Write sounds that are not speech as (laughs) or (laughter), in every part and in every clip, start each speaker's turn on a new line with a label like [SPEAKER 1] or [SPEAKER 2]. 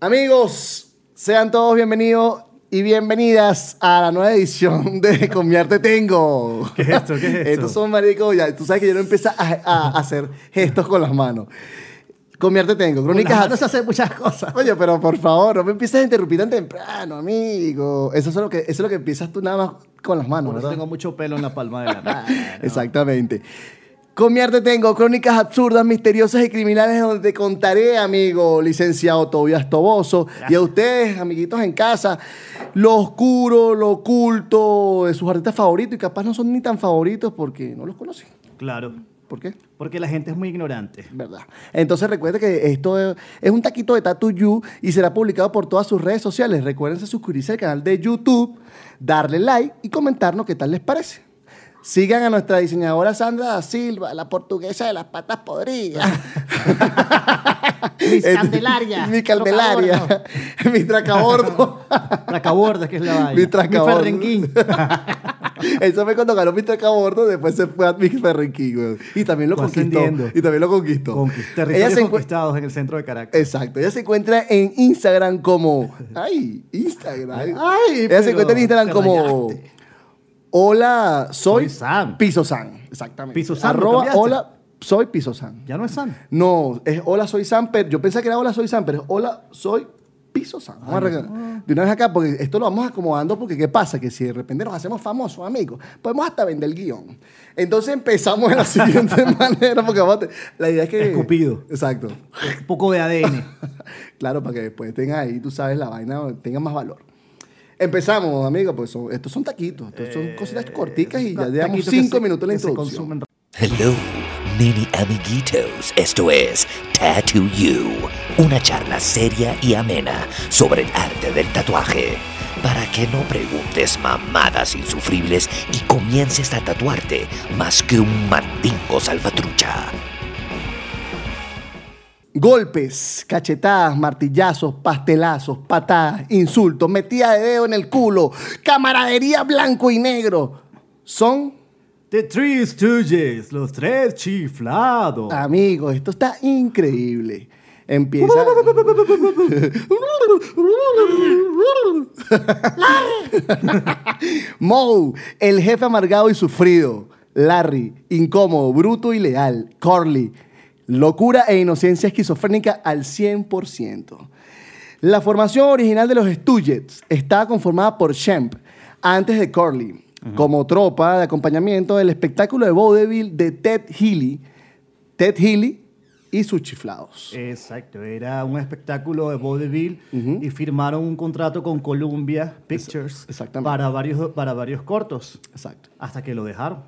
[SPEAKER 1] Amigos, sean todos bienvenidos y bienvenidas a la nueva edición de Con mi arte tengo.
[SPEAKER 2] ¿Qué es esto? ¿Qué es
[SPEAKER 1] (laughs)
[SPEAKER 2] esto?
[SPEAKER 1] Estos son maricos, ya, tú sabes que yo no empiezo a, a hacer gestos con las manos. Con mi arte tengo, crónicas
[SPEAKER 2] Las manos hacen muchas cosas.
[SPEAKER 1] Oye, pero por favor, no me empieces a interrumpir tan temprano, amigo. Eso es lo que, eso es lo que empiezas tú nada más con las manos,
[SPEAKER 2] Por eso
[SPEAKER 1] ¿verdad?
[SPEAKER 2] tengo mucho pelo en la palma de la mano.
[SPEAKER 1] Exactamente. Con mi arte tengo crónicas absurdas, misteriosas y criminales donde te contaré, amigo licenciado Tobias Toboso, y a ustedes, amiguitos en casa, lo oscuro, lo oculto de sus artistas favoritos y capaz no son ni tan favoritos porque no los conocen.
[SPEAKER 2] (laughs) Claro,
[SPEAKER 1] ¿Por qué?
[SPEAKER 2] porque la gente es muy ignorante.
[SPEAKER 1] ¿Verdad? Entonces recuerda que esto es- es un taquito de Tatu You y será publicado por todas sus redes sociales. Recuerden suscribirse al canal de YouTube, darle like y comentarnos qué tal les parece. Sigan a nuestra diseñadora Sandra da Silva, la portuguesa de las patas (laughs) podridas.
[SPEAKER 3] Mis Candelaria.
[SPEAKER 1] Mi Candelaria. (laughs) Mi tracabordo.
[SPEAKER 2] Tracaborda, que es la vaina.
[SPEAKER 1] Mi tracaborda.
[SPEAKER 2] Mi ferrenquín.
[SPEAKER 1] Eso fue cuando ganó mi tracabordo, después se fue a Mix Ferrenquín, güey. Y también lo
[SPEAKER 2] Fue
[SPEAKER 1] conquistó.
[SPEAKER 2] ascendiendo.
[SPEAKER 1] Y también lo conquistó.
[SPEAKER 2] Conquist-
[SPEAKER 1] Ella
[SPEAKER 2] Territorios
[SPEAKER 1] se encu-
[SPEAKER 2] conquistados en el centro de Caracas.
[SPEAKER 1] Exacto, ella se encuentra en Instagram como. ¡Ay! Instagram.
[SPEAKER 2] Ay,
[SPEAKER 1] ella
[SPEAKER 2] pero
[SPEAKER 1] se encuentra en Instagram
[SPEAKER 2] te
[SPEAKER 1] como.
[SPEAKER 2] rayaste.
[SPEAKER 1] Hola, soy,
[SPEAKER 2] Soy Sam.
[SPEAKER 1] Piso San. Exactamente.
[SPEAKER 2] Piso Sam, ¿lo
[SPEAKER 1] Arroba,
[SPEAKER 2] cambiaste?
[SPEAKER 1] hola, soy Piso San.
[SPEAKER 2] Ya no es Sam.
[SPEAKER 1] No, es hola, soy Sam, pero yo pensé que era hola, soy Sam, pero es hola, soy Piso San. Vamos a arreglar. De una vez acá, porque esto lo vamos acomodando, porque ¿qué pasa? Que si de repente nos hacemos famosos, amigos, podemos hasta vender el guión. Entonces empezamos de la (laughs) siguiente manera, porque vamos a te- la idea es que.
[SPEAKER 2] Escupido.
[SPEAKER 1] Exacto.
[SPEAKER 2] Un poco de ADN.
[SPEAKER 1] Claro, para que después tenga ahí, tú sabes, la vaina tenga más valor. Empezamos, amigo, pues son- estos son taquitos, estos son cositas (laughs) corticas y ya llevamos
[SPEAKER 2] Taquito Eh, que
[SPEAKER 1] cinco
[SPEAKER 2] se-
[SPEAKER 1] minutos en la
[SPEAKER 2] que se
[SPEAKER 1] introducción.
[SPEAKER 2] consumen
[SPEAKER 4] Hello, mini amiguitos. Esto es Tattoo You, una charla seria y amena sobre el arte del tatuaje. Para que no preguntes mamadas insufribles y comiences a tatuarte más que un mandingo salvatrucha.
[SPEAKER 1] Golpes, cachetadas, martillazos, pastelazos, patadas, insultos, metida de dedo en el culo, camaradería blanco y negro. Son,
[SPEAKER 2] The Three Stooges, los tres chiflados.
[SPEAKER 1] Ah. amigos, esto está increíble. Empieza. (laughs) Moe, el jefe amargado y sufrido. Larry, incómodo, bruto y leal. Corley, locura e inocencia esquizofrénica al 100%. La formación original de los Stooges estaba conformada por Shemp, antes de Corley, como tropa de acompañamiento del espectáculo de vaudeville de Ted Healy, Ted Healy y sus
[SPEAKER 2] Eh,
[SPEAKER 1] chiflados.
[SPEAKER 2] Exacto, era un espectáculo de vaudeville y firmaron un contrato con Columbia Pictures
[SPEAKER 1] exactamente.
[SPEAKER 2] para varios para varios cortos
[SPEAKER 1] Exacto.
[SPEAKER 2] hasta que lo dejaron.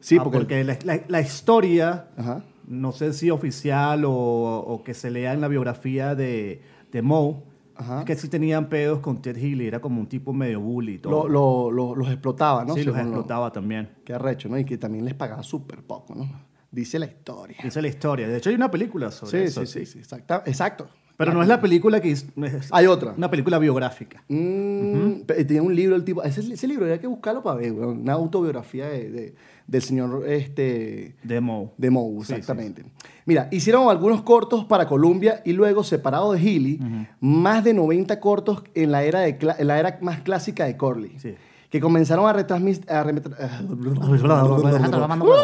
[SPEAKER 1] Sí,
[SPEAKER 2] Ah,
[SPEAKER 1] porque-
[SPEAKER 2] porque, la, la- la historia,
[SPEAKER 1] Ajá.
[SPEAKER 2] no sé si oficial o, o que se lea en la biografía de, de Moe,
[SPEAKER 1] Ajá.
[SPEAKER 2] es que sí tenían pedos con Ted Healy, era como un tipo medio bully. y
[SPEAKER 1] Lo-
[SPEAKER 2] Todo.
[SPEAKER 1] lo- lo- los explotaba, ¿no?
[SPEAKER 2] sí, los
[SPEAKER 1] Según lo-
[SPEAKER 2] explotaba también.
[SPEAKER 1] Qué arrecho, ¿no? Y que también les pagaba súper poco, ¿no? Dice la historia.
[SPEAKER 2] Esa es la historia. De hecho, hay una película sobre
[SPEAKER 1] Sí,
[SPEAKER 2] eso.
[SPEAKER 1] sí, sí, sí, exacta- exacto.
[SPEAKER 2] Pero no es la película que... hizo- no es-
[SPEAKER 1] Hay otra.
[SPEAKER 2] Una película biográfica.
[SPEAKER 1] Mm, pe- Tenía un libro el tipo. Ese, ese libro había que buscarlo para ver, weón, una autobiografía de- de- del señor este,
[SPEAKER 2] De Moe.
[SPEAKER 1] de Moe,
[SPEAKER 2] Sí, sí,
[SPEAKER 1] exactamente. Mira, hicieron algunos cortos para Columbia y luego, separado de Healy, más de 90 cortos en la era, de cla- en la era más clásica de Corley.
[SPEAKER 2] Sí. Pues,
[SPEAKER 1] Que comenzaron a retransmitir. A remetra- eh,
[SPEAKER 2] (laughs)
[SPEAKER 3] Alejandro, la mano huevo.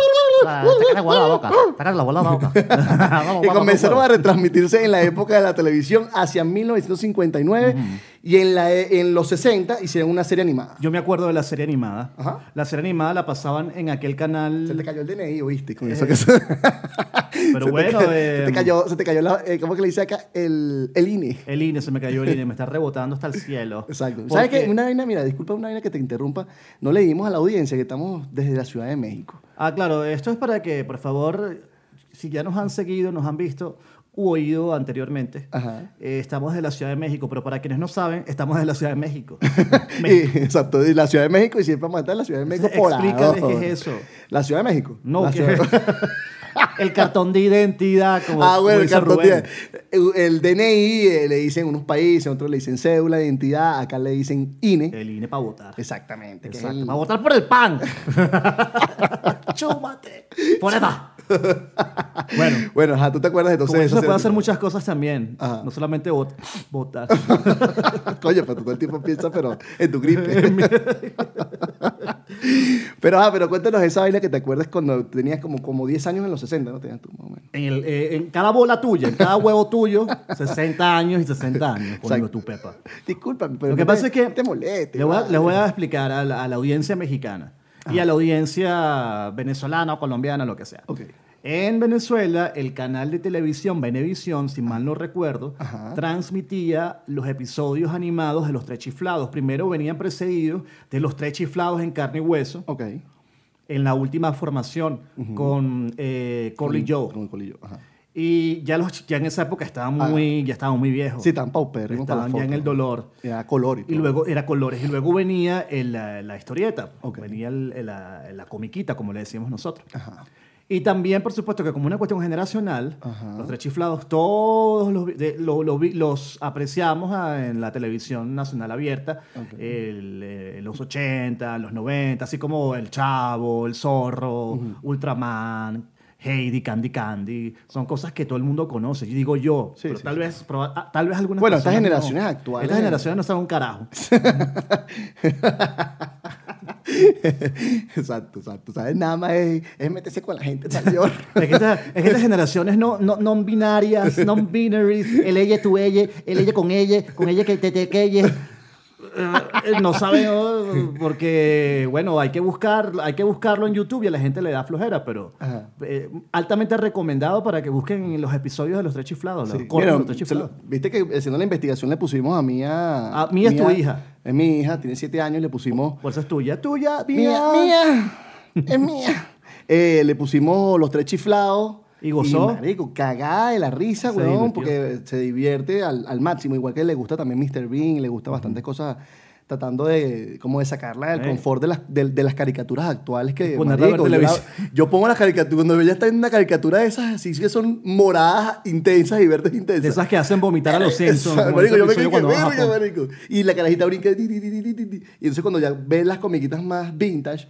[SPEAKER 3] La- Sacarle la bola a la boca. Sacarle la bola a la boca. Vamos, vamos,
[SPEAKER 1] que
[SPEAKER 3] vamos,
[SPEAKER 1] comenzaron
[SPEAKER 3] huevo.
[SPEAKER 1] a retransmitirse en la época de la televisión hacia 1959 y en, la, e- en los 60 hicieron una serie animada.
[SPEAKER 2] Yo me acuerdo de la serie animada.
[SPEAKER 1] Ajá.
[SPEAKER 2] La serie animada la pasaban en aquel
[SPEAKER 1] Se te
[SPEAKER 2] canal.
[SPEAKER 1] cayó el DNI, ¿oíste? Con eso que se-
[SPEAKER 2] Pero Eh, bueno,
[SPEAKER 1] se, te, se
[SPEAKER 2] eh,
[SPEAKER 1] te cayó, se te cayó la- eh, ¿cómo que le dice acá? El, el INE.
[SPEAKER 2] El INE se me cayó el INE, me está rebotando hasta el cielo.
[SPEAKER 1] Exacto. ¿Sabes
[SPEAKER 2] Porque-
[SPEAKER 1] qué? Una vaina, mira, disculpa una vaina que te interrumpa. No le dimos a la audiencia que estamos desde la Ciudad de México.
[SPEAKER 2] Ah, claro, esto es para que, por favor, si ya nos han seguido, nos han visto u oído anteriormente,
[SPEAKER 1] Ajá.
[SPEAKER 2] eh, estamos de la Ciudad de México, pero para quienes no saben, estamos de la Ciudad
[SPEAKER 1] (laughs)
[SPEAKER 2] de México. México.
[SPEAKER 1] Y- exacto, y la Ciudad de México y siempre vamos a estar en la Ciudad de México por
[SPEAKER 2] Explícales
[SPEAKER 1] ahora.
[SPEAKER 2] qué es eso.
[SPEAKER 1] La Ciudad de México.
[SPEAKER 2] No,
[SPEAKER 1] La
[SPEAKER 2] que-
[SPEAKER 1] Ciudad-
[SPEAKER 2] (laughs) el cartón de identidad,
[SPEAKER 1] (laughs)
[SPEAKER 2] como,
[SPEAKER 1] Ah, bueno,
[SPEAKER 2] como
[SPEAKER 1] el
[SPEAKER 2] dice
[SPEAKER 1] cartón
[SPEAKER 2] Rubén.
[SPEAKER 1] tiene- El DNI eh, le dicen unos países, otros le dicen cédula de identidad, acá le dicen INE.
[SPEAKER 2] El INE para votar.
[SPEAKER 1] Exactamente. que es (laughs)
[SPEAKER 2] Eh, Exacto.
[SPEAKER 1] el- (laughs)
[SPEAKER 2] Para votar por el pan. (laughs) Chúmate. Por eso. Bueno,
[SPEAKER 1] Bueno, ajá, tú te acuerdas entonces.
[SPEAKER 2] con
[SPEAKER 1] de
[SPEAKER 2] eso
[SPEAKER 1] esa
[SPEAKER 2] se puede hacer
[SPEAKER 1] serie?
[SPEAKER 2] muchas cosas también.
[SPEAKER 1] Ajá.
[SPEAKER 2] No solamente vot- votar.
[SPEAKER 1] (laughs) Coño, pero tú pues, todo el tiempo piensas, pero en tu
[SPEAKER 2] (laughs)
[SPEAKER 1] gripe. (laughs) pero, ah, pero cuéntanos esa vaina que te acuerdas cuando tenías como, como 10 años en los 60, ¿no? Tenías tú, más o menos.
[SPEAKER 2] En, el- eh, en cada bola tuya, en cada huevo tuyo,
[SPEAKER 1] (laughs)
[SPEAKER 2] 60 años y 60 años, poniendo
[SPEAKER 1] Exacto.
[SPEAKER 2] tu pepa.
[SPEAKER 1] Discúlpame, pero
[SPEAKER 2] Lo que
[SPEAKER 1] no
[SPEAKER 2] pasa
[SPEAKER 1] te-
[SPEAKER 2] es que
[SPEAKER 1] no te moleste.
[SPEAKER 2] les, voy a,
[SPEAKER 1] vale.
[SPEAKER 2] les voy a explicar a la, a la audiencia mexicana y a la audiencia venezolana o colombiana, lo que sea.
[SPEAKER 1] Ok.
[SPEAKER 2] En Venezuela, el canal de televisión Venevisión, si mal no recuerdo, transmitía los episodios animados de los tres chiflados. Primero venían precedidos de los tres chiflados en carne y hueso,
[SPEAKER 1] Ok.
[SPEAKER 2] en la última formación con eh, Corley Joe.
[SPEAKER 1] Con el colillo, ajá.
[SPEAKER 2] Y ya, los, ya en esa época estaban muy, ya estaban muy viejos.
[SPEAKER 1] Ah. Sí, tan paupérrimos para la
[SPEAKER 2] Estaban ya
[SPEAKER 1] foto.
[SPEAKER 2] en el dolor.
[SPEAKER 1] Era color y todo.
[SPEAKER 2] Y luego era colores. Y luego venía el, la, la historieta.
[SPEAKER 1] Ok.
[SPEAKER 2] Venía el- el- la, la comiquita, como le decíamos nosotros.
[SPEAKER 1] Ajá. (laughs)
[SPEAKER 2] Y también, por supuesto, que como una cuestión generacional,
[SPEAKER 1] Ajá.
[SPEAKER 2] los tres chiflados, todos los, vi- de- lo- lo vi- los apreciamos ah, en la televisión nacional abierta, el, eh, los 80, los 90, así como El Chavo, El Zorro, Ultraman. Heidi, Candy Candy, son cosas que todo el mundo conoce. Y digo yo,
[SPEAKER 1] Sí,
[SPEAKER 2] pero
[SPEAKER 1] sí,
[SPEAKER 2] tal, Vez, proba- ah, tal vez algunas
[SPEAKER 1] Bueno, estas
[SPEAKER 2] personas no.
[SPEAKER 1] generaciones actuales-
[SPEAKER 2] Estas generaciones no saben un carajo.
[SPEAKER 1] exacto, exacto. ¿Sabes? Nada más es, es meterse con la gente
[SPEAKER 2] (laughs)
[SPEAKER 1] mayor.
[SPEAKER 2] Es que, esta- es que estas generaciones no, no, non-binarias, non-binaries, el ella, tu ella, el ella con ella, con ella que te, te que ella. eh, no saben oh, porque bueno hay que buscar hay que buscarlo en YouTube y a la gente le da flojera pero
[SPEAKER 1] Ajá.
[SPEAKER 2] eh, altamente recomendado para que busquen los episodios de los tres chiflados los
[SPEAKER 1] Sí.
[SPEAKER 2] cortos
[SPEAKER 1] Mira,
[SPEAKER 2] de los tres
[SPEAKER 1] se lo-
[SPEAKER 2] chiflados
[SPEAKER 1] Viste que haciendo la investigación le pusimos a Mía.
[SPEAKER 2] A Mía es tu hija.
[SPEAKER 1] Es mi hija, tiene 7 años, le pusimos.
[SPEAKER 2] por eso Pues es tuya tuya
[SPEAKER 1] Mía,
[SPEAKER 2] mía,
[SPEAKER 1] mía, (laughs) es mía. Eh, le pusimos los tres chiflados.
[SPEAKER 2] ¿Y gozó?
[SPEAKER 1] marico, cagada de la risa,
[SPEAKER 2] Se
[SPEAKER 1] weón,
[SPEAKER 2] divirtió.
[SPEAKER 1] porque se divierte al, al máximo. Igual que le gusta también Mr. Bean, le gusta bastantes cosas tratando de como de sacarla del
[SPEAKER 2] Eh.
[SPEAKER 1] confort de las, de, de las caricaturas actuales que
[SPEAKER 2] Ponerla a ver
[SPEAKER 1] yo, la-
[SPEAKER 2] televisión.
[SPEAKER 1] yo pongo las caricaturas cuando ella está en una caricatura de esas así que son moradas intensas y verdes intensas
[SPEAKER 2] de esas que hacen vomitar a los Simpsons
[SPEAKER 1] Exacto,
[SPEAKER 2] como ese
[SPEAKER 1] marico, yo me
[SPEAKER 2] episodio
[SPEAKER 1] quedé que
[SPEAKER 2] cuando vas a
[SPEAKER 1] verga,
[SPEAKER 2] Japón.
[SPEAKER 1] marico. Y la carajita brinca. ti, ti, ti, ti, ti, ti, ti. Y entonces cuando ya ves las comiquitas más vintage,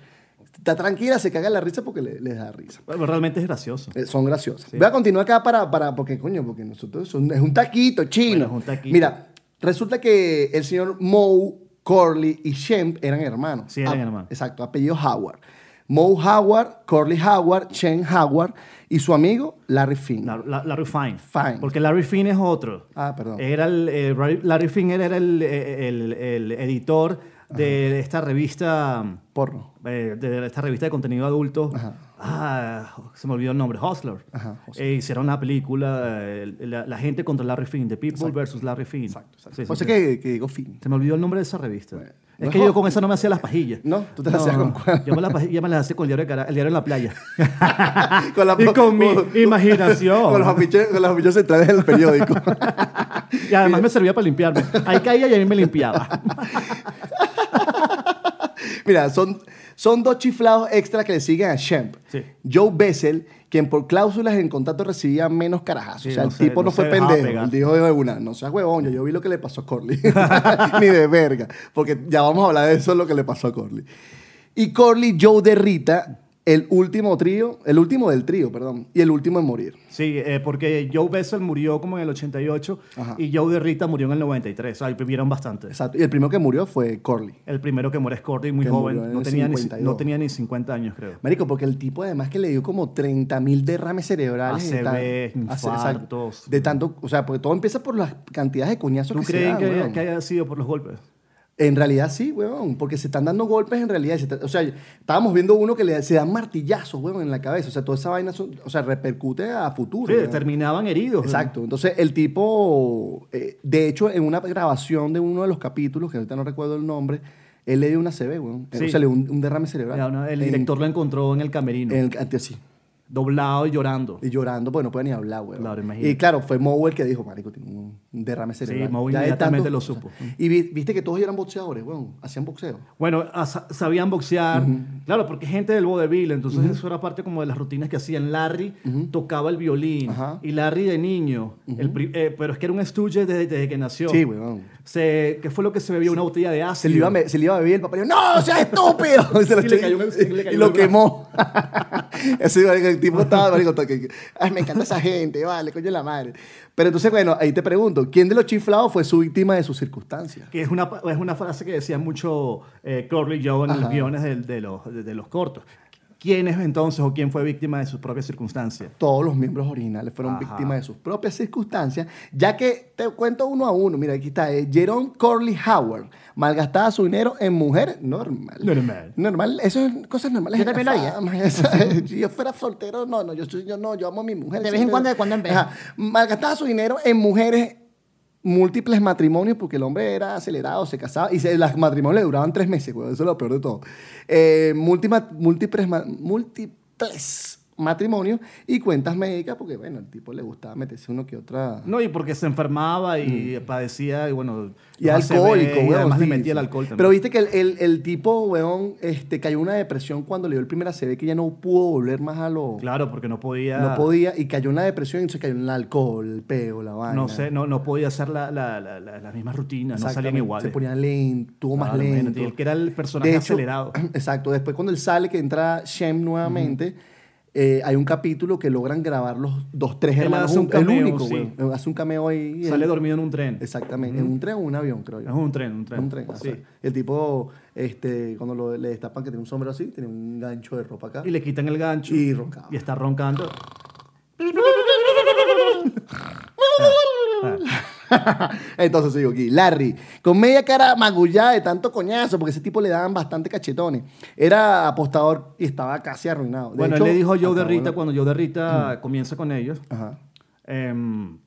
[SPEAKER 1] está tranquila, se caga en la risa porque le- les da risa.
[SPEAKER 2] Bueno, realmente es gracioso
[SPEAKER 1] Eh, Son graciosas. Voy a continuar acá para, para, porque coño, porque nosotros son- es un taquito chino.
[SPEAKER 2] Bueno, es un taquito.
[SPEAKER 1] Mira, resulta que el señor Moe, Corley y Shemp eran hermanos.
[SPEAKER 2] Sí, eran
[SPEAKER 1] Ah,
[SPEAKER 2] hermanos.
[SPEAKER 1] Exacto, apellido Howard. Moe Howard, Corley Howard, Chen Howard y su amigo Larry Finn.
[SPEAKER 2] La- la- Larry Fine.
[SPEAKER 1] Fine.
[SPEAKER 2] Porque Larry Fine es otro.
[SPEAKER 1] Ah, perdón.
[SPEAKER 2] Era el, eh, Larry- Larry Fine era el, eh, el- el editor de esta revista.
[SPEAKER 1] Porno.
[SPEAKER 2] eh, de esta revista de contenido adulto. Ah, se me olvidó el nombre, Hustler.
[SPEAKER 1] Ajá,
[SPEAKER 2] Eh, hicieron una película, eh, la, la gente contra Larry Fine, The People versus Larry Fine.
[SPEAKER 1] Exacto, exacto.
[SPEAKER 2] Sí, sí,
[SPEAKER 1] Por eso
[SPEAKER 2] sí.
[SPEAKER 1] que, que digo Finn.
[SPEAKER 2] Se me olvidó el nombre de esa revista.
[SPEAKER 1] no
[SPEAKER 2] es
[SPEAKER 1] es
[SPEAKER 2] que
[SPEAKER 1] Hustler.
[SPEAKER 2] yo con esa no me hacía las pajillas.
[SPEAKER 1] No, tú te las hacías con cuál.
[SPEAKER 2] Yo me las pajillas- yo me las hacía con el diario, de Cara- el diario en la playa. (laughs)
[SPEAKER 1] con la-
[SPEAKER 2] y con mi
[SPEAKER 1] Con
[SPEAKER 2] imaginación.
[SPEAKER 1] los afiches, con los afiches centrales del
[SPEAKER 2] (laughs)
[SPEAKER 1] periódico. (laughs)
[SPEAKER 2] Y además me servía para limpiarme. Ahí caía y a mí me limpiaba.
[SPEAKER 1] Mira, son, son dos chiflados extra que le siguen a Shemp.
[SPEAKER 2] Sí.
[SPEAKER 1] Joe Bessel, quien por cláusulas en contrato recibía menos carajazos.
[SPEAKER 2] Sí,
[SPEAKER 1] o sea,
[SPEAKER 2] no
[SPEAKER 1] el
[SPEAKER 2] se-
[SPEAKER 1] tipo no,
[SPEAKER 2] no se
[SPEAKER 1] fue
[SPEAKER 2] dejaba
[SPEAKER 1] pendejo.
[SPEAKER 2] pegar.
[SPEAKER 1] El dijo de una, no seas huevón, yo, yo vi lo que le pasó a
[SPEAKER 2] (laughs)
[SPEAKER 1] Corley. (laughs) Ni de verga. Porque ya vamos a hablar de eso, lo que le pasó a Corley. Y Corley, Joe de Rita, el último trío, el último del trío, perdón, y el último en morir.
[SPEAKER 2] Sí, eh, porque Joe Bessel murió como en el 88
[SPEAKER 1] Ajá.
[SPEAKER 2] y Joe de Rita murió en el 93. Ahí vivieron bastante.
[SPEAKER 1] Exacto. Y el primero que murió fue Corley.
[SPEAKER 2] El primero que muere es Cordy, muy
[SPEAKER 1] Que murió en
[SPEAKER 2] joven. No
[SPEAKER 1] el
[SPEAKER 2] tenía, ni,
[SPEAKER 1] 52.
[SPEAKER 2] no tenía ni 50 años, creo.
[SPEAKER 1] Marico, porque el tipo además que le dio como 30 mil derrames cerebrales. de
[SPEAKER 2] ACV,
[SPEAKER 1] tan- hace- exacto,
[SPEAKER 2] infartos.
[SPEAKER 1] De tanto, o sea, porque todo empieza por las cantidades de coñazos
[SPEAKER 2] ¿Tú
[SPEAKER 1] que se
[SPEAKER 2] crees
[SPEAKER 1] dan,
[SPEAKER 2] que,
[SPEAKER 1] weón.
[SPEAKER 2] que haya sido por los golpes?
[SPEAKER 1] En realidad sí, weón, porque se están dando golpes en realidad. se está- o sea, estábamos viendo uno que le, se dan martillazos, weón, en la cabeza. O sea, toda esa vaina, son- o sea, repercute a futuro.
[SPEAKER 2] Sí,
[SPEAKER 1] weón.
[SPEAKER 2] terminaban heridos.
[SPEAKER 1] Exacto. Entonces, el tipo, eh, de hecho, en una grabación de uno de los capítulos, que ahorita no recuerdo el nombre, él le dio una CV, weón.
[SPEAKER 2] Sí.
[SPEAKER 1] O sea, le dio un, un derrame cerebral.
[SPEAKER 2] Ya, no, El
[SPEAKER 1] En-
[SPEAKER 2] director lo encontró en el camerino,
[SPEAKER 1] En, el- así.
[SPEAKER 2] doblado y llorando.
[SPEAKER 1] Y llorando, pues no puede ni hablar, güey.
[SPEAKER 2] Claro, imagínate.
[SPEAKER 1] Y claro, fue Moe el que dijo, marico, tiene un un derrame cerebral.
[SPEAKER 2] Moe
[SPEAKER 1] Ya de
[SPEAKER 2] inmediatamente
[SPEAKER 1] tanto-
[SPEAKER 2] lo supo.
[SPEAKER 1] Y vi- viste que todos eran boxeadores, güey. Hacían boxeo.
[SPEAKER 2] Bueno, a- sa- sabían boxear, claro, porque gente del vodevil, entonces eso era parte como de las rutinas que hacían. Larry tocaba el violín
[SPEAKER 1] Ajá.
[SPEAKER 2] y Larry de niño, el pri- eh, pero es que era un estuche desde, desde que nació.
[SPEAKER 1] Sí, weón.
[SPEAKER 2] Se, ¿Qué fue lo que se bebió? Una botella de ácido.
[SPEAKER 1] Se le, iba a, me- se le iba a beber el papá. y yo, ¡No, sea estúpido! (laughs) Y, se lo
[SPEAKER 2] Y le
[SPEAKER 1] echó-
[SPEAKER 2] cayó en el- sí, le
[SPEAKER 1] y
[SPEAKER 2] cayó en
[SPEAKER 1] lo
[SPEAKER 2] el brazo.
[SPEAKER 1] quemó. (laughs) Ese marico, el tipo estaba, marico, to- que- que, ay, me encanta esa gente, vale, coño la madre. Pero entonces, bueno, ahí te pregunto, ¿quién de los chiflados fue su víctima de sus circunstancias?
[SPEAKER 2] Que es una, es una frase que decía mucho eh, Crowley y Joe en los guiones del- de, los, de, de los cortos. ¿Quién es entonces o quién fue víctima de sus propias circunstancias?
[SPEAKER 1] Todos los miembros originales fueron
[SPEAKER 2] Ajá.
[SPEAKER 1] víctimas de sus propias circunstancias, ya que te cuento uno a uno. Mira, aquí está. eh, Jerome Corley Howard malgastaba su dinero en mujer normal.
[SPEAKER 2] Normal.
[SPEAKER 1] Normal, eso es cosas normales.
[SPEAKER 3] Yo también lo haría.
[SPEAKER 1] Fama, (laughs) esa-
[SPEAKER 2] (laughs)
[SPEAKER 1] si yo fuera soltero, no, no, yo, soy- yo no, yo amo a mi mujer.
[SPEAKER 3] De vez en cuando, de cuando en vez.
[SPEAKER 1] Ajá. Malgastaba su dinero en mujeres múltiples matrimonios porque el hombre era acelerado, se casaba y se, las matrimonios le duraban tres meses, güey, eso es lo peor de todo. Eh, múltima- múltiples, ma- múltiples matrimonios y cuentas médicas porque, bueno, el tipo le gustaba meterse uno que otra...
[SPEAKER 2] No, y porque se enfermaba y padecía, y bueno.
[SPEAKER 1] Mm. Y
[SPEAKER 2] los
[SPEAKER 1] alcohólico,
[SPEAKER 2] ACV, y
[SPEAKER 1] weón,
[SPEAKER 2] Además le
[SPEAKER 1] sí,
[SPEAKER 2] metía el
[SPEAKER 1] sí.
[SPEAKER 2] alcohol también.
[SPEAKER 1] Pero viste que el, el- el tipo, weón, este, cayó en una depresión cuando le dio el primer ACV que ya no pudo volver más a lo...
[SPEAKER 2] Claro, porque no podía.
[SPEAKER 1] No podía, y cayó en la depresión y se cayó en el alcohol, el peo, la vaina.
[SPEAKER 2] No sé, no, no podía hacer la- la- la- la- las mismas rutinas, no salían
[SPEAKER 1] Exactamente.
[SPEAKER 2] iguales.
[SPEAKER 1] Se ponía lento, tuvo más
[SPEAKER 2] Claro, imagínate,
[SPEAKER 1] lento.
[SPEAKER 2] y el que era el personaje
[SPEAKER 1] De hecho,
[SPEAKER 2] acelerado.
[SPEAKER 1] (clears throat) Exacto. Después cuando él sale, que entra Shem nuevamente, eh, hay un capítulo que logran grabar los dos, tres
[SPEAKER 2] Él
[SPEAKER 1] hermanos.
[SPEAKER 2] hace un
[SPEAKER 1] juntos.
[SPEAKER 2] cameo,
[SPEAKER 1] el único,
[SPEAKER 2] sí.
[SPEAKER 1] güey. eh, Hace un cameo ahí.
[SPEAKER 2] Sale
[SPEAKER 1] él-
[SPEAKER 2] dormido en un tren.
[SPEAKER 1] Exactamente. En un tren o un avión, creo yo.
[SPEAKER 2] Es un tren, un tren.
[SPEAKER 1] Un tren,
[SPEAKER 2] Sí.
[SPEAKER 1] ajá. El tipo, este, cuando lo- le destapan que tiene un sombrero así, tiene un gancho de ropa acá.
[SPEAKER 2] Y le quitan el gancho.
[SPEAKER 1] Y roncaba.
[SPEAKER 2] Y está roncando.
[SPEAKER 1] (laughs) Entonces sigo aquí. Larry, con media cara magullada de tanto coñazo, porque ese tipo le daban bastante cachetones. Era apostador y estaba casi arruinado. De
[SPEAKER 2] bueno,
[SPEAKER 1] hecho, Mm.
[SPEAKER 2] él le dijo a Joe de
[SPEAKER 1] acabó
[SPEAKER 2] Rita,
[SPEAKER 1] la-
[SPEAKER 2] cuando Joe de Rita comienza con ellos,
[SPEAKER 1] Ajá.
[SPEAKER 2] em,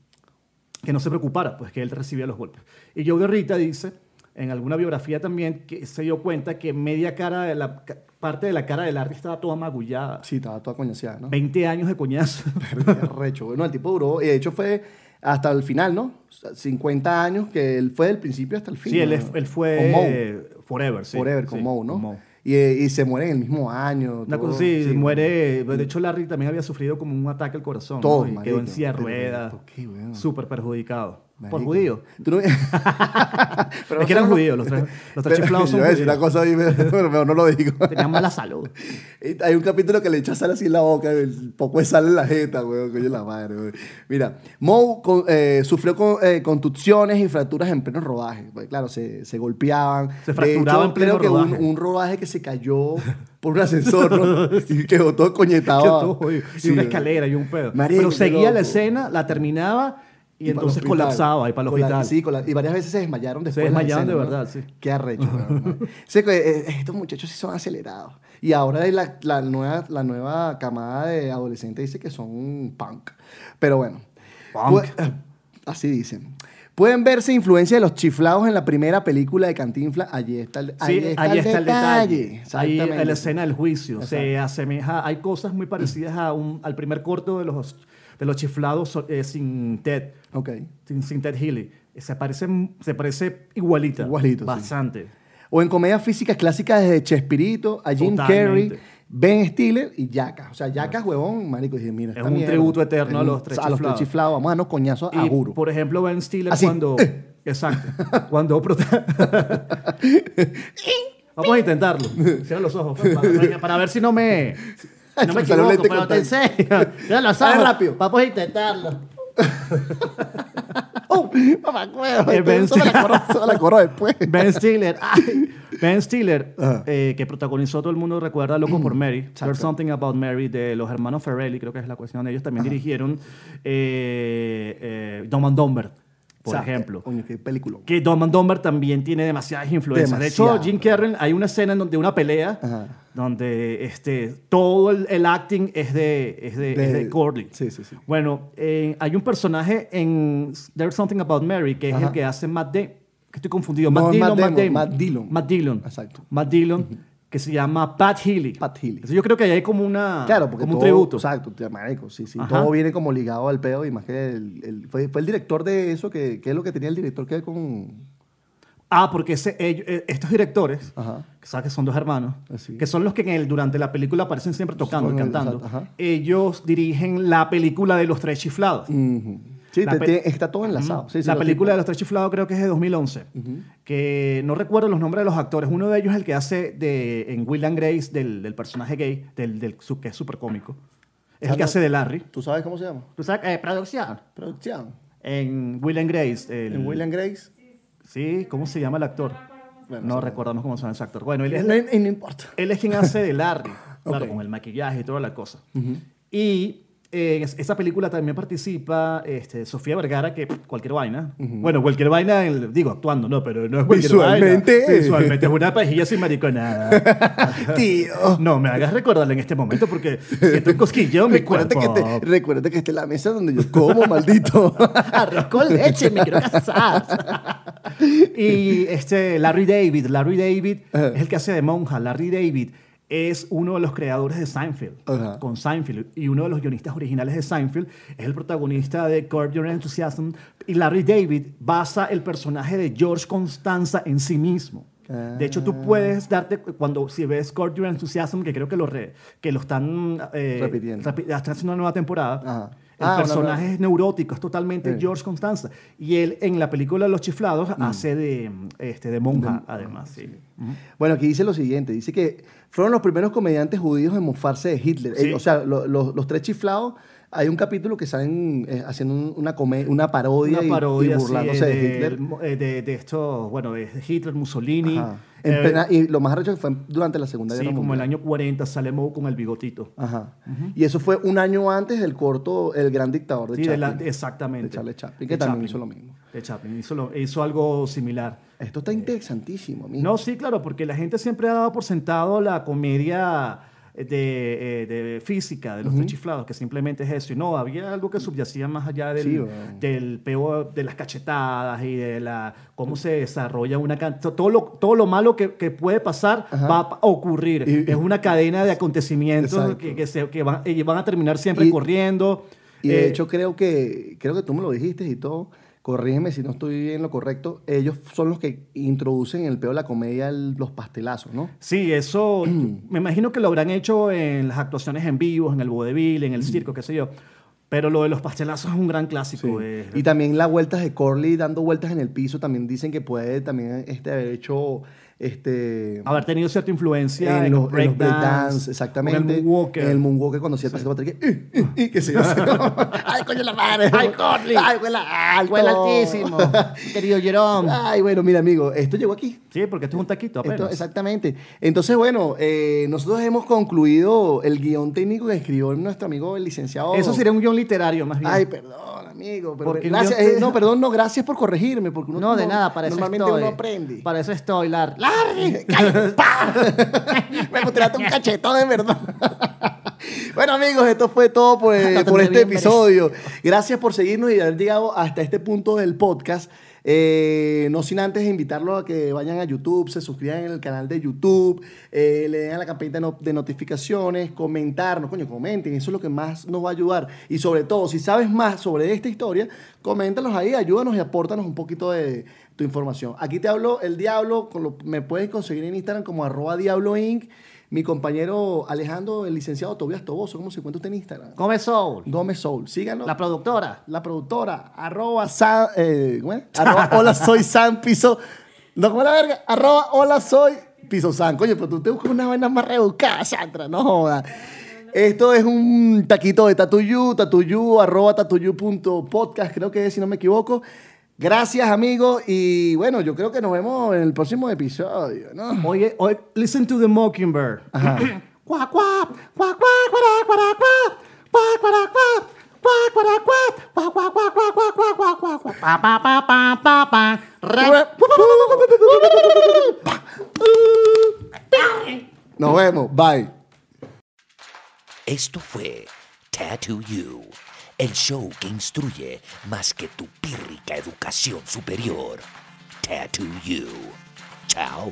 [SPEAKER 2] que no se preocupara, pues que él recibía los golpes. Y Joe de Rita dice, en alguna biografía también, que se dio cuenta que media cara de la ca- parte de la cara del Larry estaba toda magullada.
[SPEAKER 1] Sí, estaba toda coñaseada, ¿no?
[SPEAKER 2] 20 años de
[SPEAKER 1] (laughs)
[SPEAKER 2] coñazo.
[SPEAKER 1] Qué recho, güey. No, el tipo duró, y de hecho fue hasta el final, ¿no? O sea, 50 años, que él fue del principio hasta el fin.
[SPEAKER 2] Sí, él,
[SPEAKER 1] ¿no?
[SPEAKER 2] es- él
[SPEAKER 1] Con
[SPEAKER 2] fue
[SPEAKER 1] Moe,
[SPEAKER 2] Forever, sí.
[SPEAKER 1] Forever, con
[SPEAKER 2] sí,
[SPEAKER 1] Moe, ¿no?
[SPEAKER 2] con Moe.
[SPEAKER 1] Y, y se muere en el mismo año.
[SPEAKER 2] Una
[SPEAKER 1] todo.
[SPEAKER 2] cosa sí,
[SPEAKER 1] Sí,
[SPEAKER 2] muere. De hecho, Larry también había sufrido como un ataque al corazón. ¿no?
[SPEAKER 1] Todo,
[SPEAKER 2] Y
[SPEAKER 1] marico.
[SPEAKER 2] quedó en silla de
[SPEAKER 1] Pero,
[SPEAKER 2] ruedas.
[SPEAKER 1] ¿por qué, weón?
[SPEAKER 2] Súper perjudicado.
[SPEAKER 1] marico.
[SPEAKER 2] Por judío. (laughs)
[SPEAKER 1] Tú no-
[SPEAKER 2] es que eran judíos, los
[SPEAKER 1] (laughs)
[SPEAKER 2] tres, los tres
[SPEAKER 1] Pero-
[SPEAKER 2] chiflados
[SPEAKER 1] yo
[SPEAKER 2] son
[SPEAKER 1] voy a decir una
[SPEAKER 2] judíos.
[SPEAKER 1] cosa ahí, (laughs) pero mejor no lo digo.
[SPEAKER 2] Tenían mala
[SPEAKER 1] (laughs)
[SPEAKER 2] salud.
[SPEAKER 1] Y Hay un capítulo que le echa sal así en la boca, el poco de sal en la jeta, weón, coño la madre, weón. Mira, Moe con- eh, sufrió con, eh, contusiones y fracturas en pleno rodaje. Pues, claro, se, se golpeaban.
[SPEAKER 2] Se
[SPEAKER 1] De
[SPEAKER 2] fracturaba
[SPEAKER 1] hecho,
[SPEAKER 2] en pleno
[SPEAKER 1] creo que un-
[SPEAKER 2] rodaje.
[SPEAKER 1] Un, rodaje que se cayó por un ascensor,
[SPEAKER 2] (laughs)
[SPEAKER 1] ¿no? y quedó todo coñetado.
[SPEAKER 2] Todo jodido. y
[SPEAKER 1] Sí,
[SPEAKER 2] una
[SPEAKER 1] weón.
[SPEAKER 2] escalera y un pedo.
[SPEAKER 1] Marico,
[SPEAKER 2] Pero
[SPEAKER 1] qué
[SPEAKER 2] seguía
[SPEAKER 1] loco.
[SPEAKER 2] la escena, la terminaba y,
[SPEAKER 1] para el
[SPEAKER 2] entonces
[SPEAKER 1] hospital.
[SPEAKER 2] colapsaba y para el
[SPEAKER 1] Cola-
[SPEAKER 2] hospital.
[SPEAKER 1] sí, cola- y varias veces se desmayaron después. las
[SPEAKER 2] desmayaron de
[SPEAKER 1] escenas,
[SPEAKER 2] verdad,
[SPEAKER 1] ¿no?
[SPEAKER 2] sí.
[SPEAKER 1] Qué arrecho. weón. Sí, que, eh, estos muchachos sí son acelerados. Y ahora es la, la nueva, la nueva camada de adolescentes dice que son un punk. Pero bueno.
[SPEAKER 2] Punk.
[SPEAKER 1] Pu- eh, así dicen. Pueden verse influencia de los chiflados en la primera película de Cantinfla. Allí está el,
[SPEAKER 2] Sí,
[SPEAKER 1] ahí está el detalle.
[SPEAKER 2] Ahí
[SPEAKER 1] Exactamente.
[SPEAKER 2] en la escena del juicio. Se asemeja, hay cosas muy parecidas a un- al primer corto de los, de los chiflados eh, sin Ted.
[SPEAKER 1] Ok.
[SPEAKER 2] sin, sin Ted Healy. Se parece, se parece igualita.
[SPEAKER 1] Igualito, sí.
[SPEAKER 2] Bastante.
[SPEAKER 1] O en comedias físicas clásicas desde Chespirito a Jim
[SPEAKER 2] Totalmente.
[SPEAKER 1] Carrey, Ben Stiller y Yacas. O sea, Yacas, huevón, marico. Dije, mira,
[SPEAKER 2] Es
[SPEAKER 1] esta
[SPEAKER 2] un
[SPEAKER 1] mierda.
[SPEAKER 2] tributo eterno a
[SPEAKER 1] un-
[SPEAKER 2] los tres
[SPEAKER 1] A los tres
[SPEAKER 2] chiflados.
[SPEAKER 1] chiflados. Vamos a darnos coñazos, a
[SPEAKER 2] Y,
[SPEAKER 1] juro.
[SPEAKER 2] por ejemplo, Ben Stiller
[SPEAKER 1] Así, (laughs)
[SPEAKER 2] cuando... Exacto. Cuando... prota- Vamos a intentarlo. Cierra los ojos. Para, para- para ver si no me... si
[SPEAKER 1] (laughs)
[SPEAKER 2] No me
[SPEAKER 1] Me salió un
[SPEAKER 2] equivoco,
[SPEAKER 1] lente
[SPEAKER 2] pero te
[SPEAKER 1] contacto.
[SPEAKER 2] enseño. Ya lo
[SPEAKER 1] Dale
[SPEAKER 2] sabes.
[SPEAKER 1] rápido.
[SPEAKER 3] Vamos a intentarlo.
[SPEAKER 1] (laughs) ¡Oh! ¡Papá, huevo!
[SPEAKER 2] (laughs) Eh, Ben
[SPEAKER 1] Eso me la corro- eso me la corro después.
[SPEAKER 2] Ben Stiller. ay, ben Stiller,
[SPEAKER 1] Ajá.
[SPEAKER 2] eh, que protagonizó, todo el mundo recuerda Loco por Mary. There's Something About Mary de los hermanos Ferrelli, creo que es la cuestión. Ellos también dirigieron eh, eh, Dumb and Dumber,
[SPEAKER 1] (laughs)
[SPEAKER 2] por
[SPEAKER 1] O sea,
[SPEAKER 2] ejemplo.
[SPEAKER 1] Coño, qué película.
[SPEAKER 2] Que Dumb and Dumber también tiene demasiadas influencias. De
[SPEAKER 1] Demasiado.
[SPEAKER 2] hecho, Jim Carrey, hay una escena en donde una pelea,
[SPEAKER 1] Ajá.
[SPEAKER 2] donde este, todo el, el acting es de, es de,
[SPEAKER 1] De-
[SPEAKER 2] es de Corley.
[SPEAKER 1] Sí, sí, sí.
[SPEAKER 2] Bueno, eh, hay un personaje en There's Something About Mary, que es el que hace Matt Damon. Que estoy confundido.
[SPEAKER 1] No,
[SPEAKER 2] Matt,
[SPEAKER 1] es
[SPEAKER 2] Dillon,
[SPEAKER 1] Matt
[SPEAKER 2] Matt
[SPEAKER 1] Damon,
[SPEAKER 2] Damon.
[SPEAKER 1] Matt Dillon.
[SPEAKER 2] Matt Dillon.
[SPEAKER 1] Exacto.
[SPEAKER 2] Matt Dillon, que se llama Pat Healy.
[SPEAKER 1] Pat Healy.
[SPEAKER 2] Entonces, yo creo que ahí hay como una...
[SPEAKER 1] Claro, porque
[SPEAKER 2] Ah, como un
[SPEAKER 1] todo-
[SPEAKER 2] tributo.
[SPEAKER 1] Exacto, te- marico, sí, sí.
[SPEAKER 2] Ajá.
[SPEAKER 1] Todo viene como ligado al peo y más que el, el- fue, fue el director de eso que, que es lo que tenía el director que con
[SPEAKER 2] Ah, porque ese- ellos- eh, estos directores,
[SPEAKER 1] Ajá.
[SPEAKER 2] que sabes que son dos hermanos,
[SPEAKER 1] Así.
[SPEAKER 2] que son los que en el, durante la película aparecen siempre tocando y
[SPEAKER 1] Son-
[SPEAKER 2] cantando,
[SPEAKER 1] exacto, ajá.
[SPEAKER 2] ellos dirigen la película de los tres chiflados.
[SPEAKER 1] Sí,
[SPEAKER 2] La
[SPEAKER 1] te-
[SPEAKER 2] pe-
[SPEAKER 1] tiene- está todo enlazado. Sí, sí,
[SPEAKER 2] la
[SPEAKER 1] lo
[SPEAKER 2] película de
[SPEAKER 1] tengo.
[SPEAKER 2] los tres chiflados creo que es de 2011. Que no recuerdo los nombres de los actores. Uno de ellos es el que hace de, en Will and Grace del, del personaje gay, del, del su- que es súper cómico. Es el
[SPEAKER 1] Ah, no.
[SPEAKER 2] que hace de Larry.
[SPEAKER 1] ¿Tú sabes cómo se llama?
[SPEAKER 3] ¿Tú sabes? Eh, producción.
[SPEAKER 1] Producción.
[SPEAKER 2] En Will and Grace. el-
[SPEAKER 1] En William Grace.
[SPEAKER 2] Sí, ¿cómo se llama el actor?
[SPEAKER 1] Bueno,
[SPEAKER 2] no
[SPEAKER 1] sí.
[SPEAKER 2] recordamos cómo se llama ese actor. Bueno, él es,
[SPEAKER 1] No, no- no importa.
[SPEAKER 2] él es quien hace
[SPEAKER 1] (laughs)
[SPEAKER 2] de Larry, claro,
[SPEAKER 1] Ok.
[SPEAKER 2] con el maquillaje y toda la cosa. Y eh, es- esa película también participa este, Sofía Vergara, que pff, cualquier vaina. Bueno, cualquier vaina, el- digo, actuando, no, pero no es cualquier
[SPEAKER 1] Visualmente.
[SPEAKER 2] vaina. Visualmente. Es una pajilla sin mariconada.
[SPEAKER 1] (laughs) Tío.
[SPEAKER 2] No, me hagas recordarla en este momento porque siento un cosquillón en mi
[SPEAKER 1] Recuérdate que,
[SPEAKER 2] cuerpo.
[SPEAKER 1] este, recuérdate que esta es la mesa donde yo como,
[SPEAKER 2] (laughs)
[SPEAKER 1] maldito. (laughs)
[SPEAKER 3] Arroz con leche, me quiero casar.
[SPEAKER 2] Y este Larry David, Larry David
[SPEAKER 1] Ajá.
[SPEAKER 2] es el que hace de monja. Larry David es uno de los creadores de Seinfeld,
[SPEAKER 1] Ajá.
[SPEAKER 2] con Seinfeld. Y uno de los guionistas originales de Seinfeld es el protagonista de Curb Your Enthusiasm. Y Larry David basa el personaje de George Constanza en sí mismo. De hecho,
[SPEAKER 1] Ah.
[SPEAKER 2] tú puedes darte, cu- cuando si ves Curb Your Enthusiasm, que creo que lo, re- que lo están eh,
[SPEAKER 1] Repitiendo.
[SPEAKER 2] repi- están haciendo una nueva temporada,
[SPEAKER 1] Ajá.
[SPEAKER 2] el
[SPEAKER 1] Ah, una
[SPEAKER 2] personaje
[SPEAKER 1] nueva-
[SPEAKER 2] es neurótico, es totalmente George Constanza. Y él en la película Los Chiflados
[SPEAKER 1] Mm.
[SPEAKER 2] hace de, este, de monja, además. sí. Ujú.
[SPEAKER 1] Bueno, aquí dice lo siguiente. Dice que fueron los primeros comediantes judíos en mofarse de Hitler.
[SPEAKER 2] Sí.
[SPEAKER 1] Eh, o sea, lo- lo- los tres chiflados. Hay un capítulo que salen eh, haciendo un- una, come- una parodia,
[SPEAKER 2] Una
[SPEAKER 1] y-
[SPEAKER 2] parodia
[SPEAKER 1] y,
[SPEAKER 2] así,
[SPEAKER 1] burlándose
[SPEAKER 2] eh,
[SPEAKER 1] de, Hitler.
[SPEAKER 2] del mo- eh, de, de esto, bueno, de Hitler, Mussolini.
[SPEAKER 1] Ajá. En
[SPEAKER 2] eh,
[SPEAKER 1] plena- y lo más arrecho que fue durante la Segunda
[SPEAKER 2] sí,
[SPEAKER 1] Guerra
[SPEAKER 2] como
[SPEAKER 1] Mundial.
[SPEAKER 2] el año 40 sale Moe con el bigotito.
[SPEAKER 1] Ajá. Y eso fue un año antes del corto El Gran Dictador de
[SPEAKER 2] Sí, de
[SPEAKER 1] Chaplin.
[SPEAKER 2] la- exactamente.
[SPEAKER 1] De Charles Chaplin, que
[SPEAKER 2] De
[SPEAKER 1] también hizo lo mismo.
[SPEAKER 2] De Chaplin, hizo, lo- hizo algo similar.
[SPEAKER 1] Esto está interesantísimo, amigo.
[SPEAKER 2] No, sí, claro, porque la gente siempre ha dado por sentado la comedia eh, de, eh, de física, de los tres chiflados, que simplemente es eso. Y no, había algo que subyacía más allá del,
[SPEAKER 1] Sí, weón.
[SPEAKER 2] del peo de las cachetadas y de la cómo se desarrolla una can- to- todo lo Todo lo malo que, que puede pasar va a pa- ocurrir.
[SPEAKER 1] Y-
[SPEAKER 2] es una cadena de acontecimientos
[SPEAKER 1] Exacto.
[SPEAKER 2] que, que se- que van, y van a terminar siempre
[SPEAKER 1] Y-
[SPEAKER 2] corriendo.
[SPEAKER 1] Y de
[SPEAKER 2] Eh,
[SPEAKER 1] hecho creo que, creo que tú me lo dijiste y todo. Corrígeme si no estoy en lo correcto. Ellos son los que introducen en el peo de la comedia el- los pastelazos, ¿no?
[SPEAKER 2] Sí,
[SPEAKER 1] (clears throat)
[SPEAKER 2] eso me imagino que lo habrán hecho en las actuaciones en vivo, en el vodevil, en el circo, qué sé yo. Pero lo de los pastelazos es un gran clásico. eh.
[SPEAKER 3] Pues,
[SPEAKER 1] Y también las vueltas de Corley dando vueltas en el piso. También dicen que puede también este, haber hecho este,
[SPEAKER 3] Ah,
[SPEAKER 2] haber tenido cierta influencia
[SPEAKER 1] en,
[SPEAKER 2] en,
[SPEAKER 1] los, en los breakdance,
[SPEAKER 2] breakdance,
[SPEAKER 1] exactamente.
[SPEAKER 2] En el moonwalker.
[SPEAKER 1] En el moonwalker cuando hacía el pasito para atrás, que, "Eh, eh, eh", que se iba así como,
[SPEAKER 3] (laughs)
[SPEAKER 1] ¡Ay, coño la madre!
[SPEAKER 3] Ay, Corley.
[SPEAKER 1] ¡Ay, huela alto!
[SPEAKER 3] Huele altísimo. Querido Jerón.
[SPEAKER 1] (laughs) Ay, bueno, mira, amigo, esto llegó aquí.
[SPEAKER 2] Sí, porque esto es un taquito
[SPEAKER 1] Esto-
[SPEAKER 2] apenas.
[SPEAKER 1] exactamente. Entonces, bueno, eh, nosotros hemos concluido el guión técnico que escribió nuestro amigo el licenciado.
[SPEAKER 2] Eso sería un guión literario más bien.
[SPEAKER 1] Ay, perdón, amigo. pero-
[SPEAKER 2] Porque el
[SPEAKER 1] gracias,
[SPEAKER 2] guión
[SPEAKER 1] eh,
[SPEAKER 2] te-
[SPEAKER 1] no, perdón, no, gracias por corregirme. Porque uno,
[SPEAKER 3] No, de
[SPEAKER 1] uno-
[SPEAKER 3] nada, para eso
[SPEAKER 1] Normalmente
[SPEAKER 3] estoy.
[SPEAKER 1] uno aprende. (laughs)
[SPEAKER 3] Para eso estoy, Lar.
[SPEAKER 1] ¡Larry!
[SPEAKER 3] (laughs)
[SPEAKER 1] ¡Cállate! ¡Pah! (laughs) Me tiraste un cachetón, en verdad. (laughs) Bueno, amigos, esto fue todo
[SPEAKER 3] (laughs)
[SPEAKER 1] por,
[SPEAKER 3] tendré
[SPEAKER 1] por este
[SPEAKER 3] bien
[SPEAKER 1] episodio. Gracias por seguirnos y haber llegado hasta este punto del podcast. Eh, no sin antes invitarlos a que vayan a YouTube, se suscriban en el canal de YouTube, eh, le den a la campanita de no- de notificaciones, comentarnos, coño, comenten, eso es lo que más nos va a ayudar. Y sobre todo, si sabes más sobre esta historia, coméntanos ahí, ayúdanos y apórtanos un poquito de tu información. Aquí te hablo el diablo, con lo- me puedes conseguir en Instagram como arroba diablo inc. Mi compañero Alejandro, el licenciado Tobias Toboso, ¿cómo se encuentra usted en Instagram?
[SPEAKER 3] Come Soul.
[SPEAKER 1] Gómez Soul, síganlo.
[SPEAKER 3] La productora.
[SPEAKER 1] La productora, arroba, Sam- eh, ¿cómo es? Arroba, hola soy San Piso. No, como la verga, arroba, hola soy Piso San. Coño, pero tú te buscas unas vainas más rebuscadas, Sandra, no jodas. Esto es un taquito de Tatuyu, Tatuyu, arroba tatuyu.podcast, creo que es, si no me equivoco. Gracias, amigos, y bueno, yo creo que nos vemos en el próximo episodio, ¿no? (clears throat)
[SPEAKER 2] Oye, oye, listen to the mockingbird. (clears throat) Cuá, cuá, cuá, cuá, cuará, cuará, cuá. Cuá, cuará, cuá. Cuá, cuará, cuá. Cuá, cuá, cuá, cuá, cuá, cuá, cuá, cuá, cuá.
[SPEAKER 3] Pa, pa, pa, pa, pa, pa. Re-
[SPEAKER 1] Nos vemos, bye.
[SPEAKER 4] Esto fue Tattoo You, el show que instruye más que tu pírrica educación superior. Tattoo You. Chao.